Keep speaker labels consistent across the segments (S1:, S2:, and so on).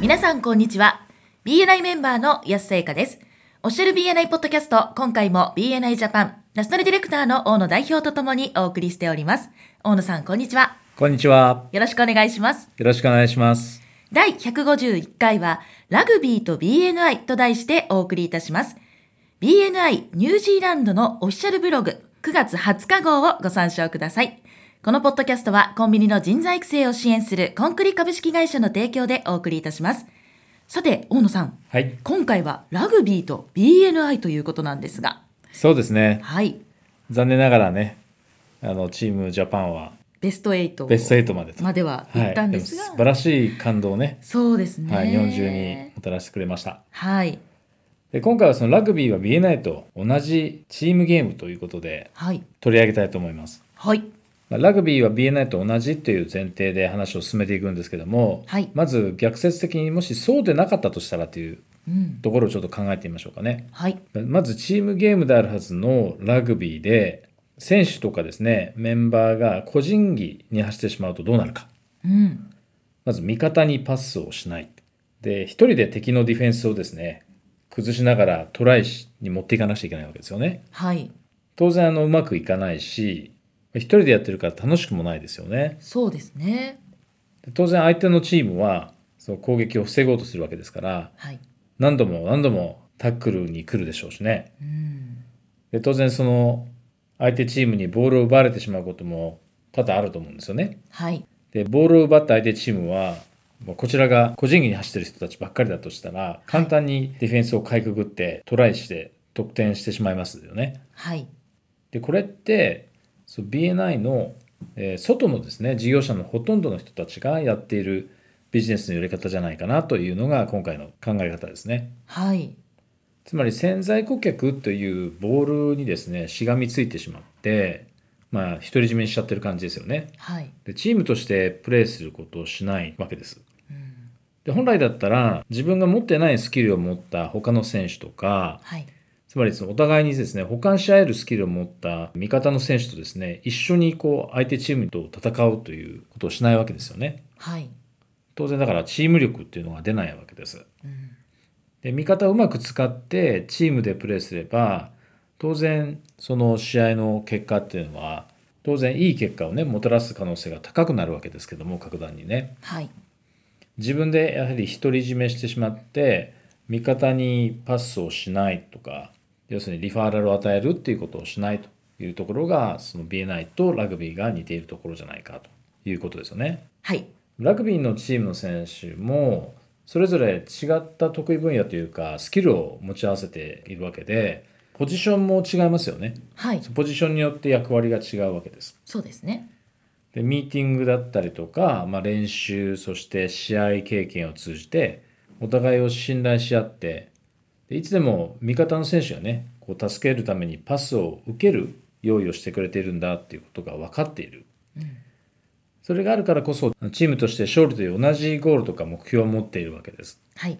S1: 皆さんこんにちは BNI メンバーの安さゆかですおっしゃる BNI ポッドキャスト今回も BNI ジャパンナショナルディレクターの大野代表とともにお送りしております大野さんこんにちは
S2: こんにちは。
S1: よろしくお願いします
S2: よろしくお願いします。
S1: 第151回はラグビーと BNI と題してお送りいたします。BNI ニュージーランドのオフィシャルブログ9月20日号をご参照ください。このポッドキャストはコンビニの人材育成を支援するコンクリ株式会社の提供でお送りいたします。さて、大野さん、
S2: はい。
S1: 今回はラグビーと BNI ということなんですが、
S2: そうですね。
S1: はい、
S2: 残念ながらね、あのチームジャパンは
S1: ベスト8
S2: ベスト8までと。
S1: までは行ったんです
S2: も
S1: が、
S2: 素晴らしい感動をね、
S1: そうですね。
S2: はい、日本中にもたらしてくれました。
S1: はい、
S2: で今回はそのラグビーは BNI と同じチームゲームということで
S1: はい、
S2: 取り上げたいと思います。
S1: はい、
S2: まあラグビーは BNI と同じという前提で話を進めていくんですけども、
S1: はい
S2: まず逆説的にもしそうでなかったとしたらという
S1: うん、
S2: ところをちょっと考えてみましょうかね。
S1: はい、
S2: まずチームゲームであるはずのラグビーで選手とかですねメンバーが個人技に走ってしまうとどうなるか
S1: うん。
S2: まず味方にパスをしないで一人で敵のディフェンスをですね崩しながらトライしに持っていかなくちゃいけないわけですよね
S1: はい、
S2: 当然あのうまくいかないし一人でやってるから楽しくもないですよね
S1: そうですね。
S2: で当然相手のチームはその攻撃を防ごうとするわけですから
S1: はい。
S2: 何度も何度もタックルに来るでしょうしね
S1: うん。
S2: で当然その相手チームにボールを奪われてしまうことも多々あると思うんですよね。
S1: はい。
S2: でボールを奪った相手チームはまあこちらが個人技に走ってる人たちばっかりだとしたら簡単にディフェンスをかいくぐってトライして得点してしまいますよね。
S1: はい。
S2: でこれってそう BNI の、えー外のですね事業者のほとんどの人たちがやっているビジネスのやり方じゃないかなというのが今回の考え方ですね。
S1: はい。
S2: つまり潜在顧客というボールにですねしがみついてしまってまあ独り占めにしちゃってる感じですよね
S1: はい。
S2: でチームとしてプレーすることをしないわけです
S1: うん。
S2: で本来だったら自分が持ってないスキルを持った他の選手とか
S1: はい。
S2: つまりそのお互いにですね補完し合えるスキルを持った味方の選手とですね一緒にこう相手チームと戦うということをしないわけですよね
S1: はい。
S2: 当然だからチーム力っていうのが出ないわけです
S1: うん。
S2: で味方をうまく使ってチームでプレーすれば当然その試合の結果っていうのは当然いい結果をねもたらす可能性が高くなるわけですけども格段にね
S1: はい。
S2: 自分でやはり独り占めしてしまって味方にパスをしないとか要するにリファーラルを与えるっていうことをしないというところがその BNI とラグビーが似ているところじゃないかということですよね。
S1: はい。
S2: ラグビーのチームの選手もそれぞれ違った得意分野というかスキルを持ち合わせているわけでポジションも違いますよね
S1: はい。
S2: ポジションによって役割が違うわけです
S1: そうですね。
S2: でミーティングだったりとか、まあ、練習そして試合経験を通じてお互いを信頼し合ってでいつでも味方の選手がねこう助けるためにパスを受ける用意をしてくれているんだっていうことが分かっている
S1: うん。
S2: それがあるからこそチームとして勝利という同じゴールとか目標を持っているわけです。
S1: はい。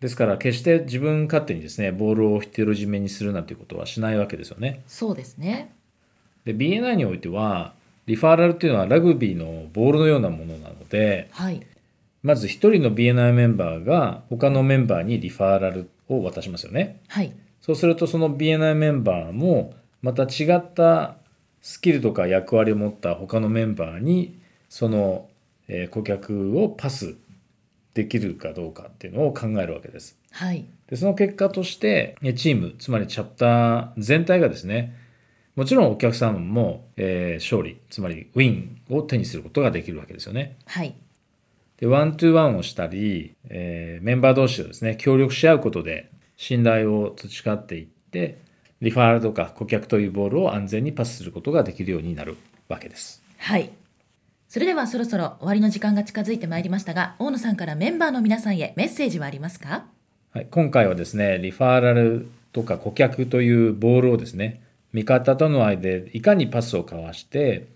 S2: ですから決して自分勝手にですねボールを独り占めにするなんていうことはしないわけですよね。
S1: そうですね。
S2: で BNI においてはリファーラルというのはラグビーのボールのようなものなので
S1: はい。
S2: まず1人の BNI メンバーが他のメンバーにリファーラルを渡しますよね。
S1: はい。
S2: そうするとその BNI メンバーもまた違ったスキルとか役割を持った他のメンバーにそのえー顧客をパスできるかどうかっていうのを考えるわけです。
S1: はい。
S2: でその結果としてえチームつまりチャプター全体がですねもちろんお客さんも、えー勝利つまりウィンを手にすることができるわけですよね。
S1: はい。
S2: でワントゥーワンをしたり、えーメンバー同士でですね協力し合うことで信頼を培っていってリファーラルとか顧客というボールを安全にパスすることができるようになるわけです。
S1: はい。それではそろそろ終わりの時間が近づいてまいりましたが、大野さんからメンバーの皆さんへメッセージはありますか
S2: はい、今回はですねリファーラルとか顧客というボールをですね味方との間でいかにパスを交わして、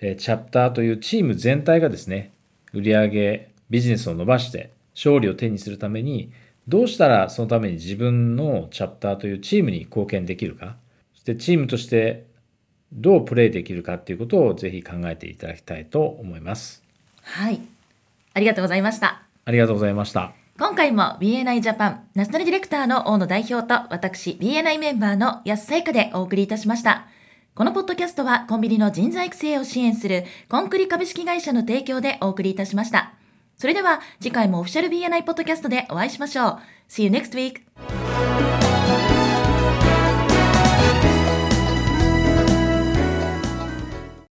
S2: えーチャプターというチーム全体がですね売上ビジネスを伸ばして勝利を手にするためにどうしたらそのために自分のチャプターというチームに貢献できるかそしてチームとしてどうプレーできるかっていうことをぜひ考えていただきたいと思います。
S1: はい。ありがとうございました。
S2: ありがとうございました。
S1: 今回も BNI ジャパンナショナルディレクターの大野代表と私 BNI メンバーの安さゆかでお送りいたしました。このポッドキャストはコンビニの人材育成を支援するコンクリ株式会社の提供でお送りいたしました。それでは次回もオフィシャル BNI ポッドキャストでお会いしましょう。See you next week!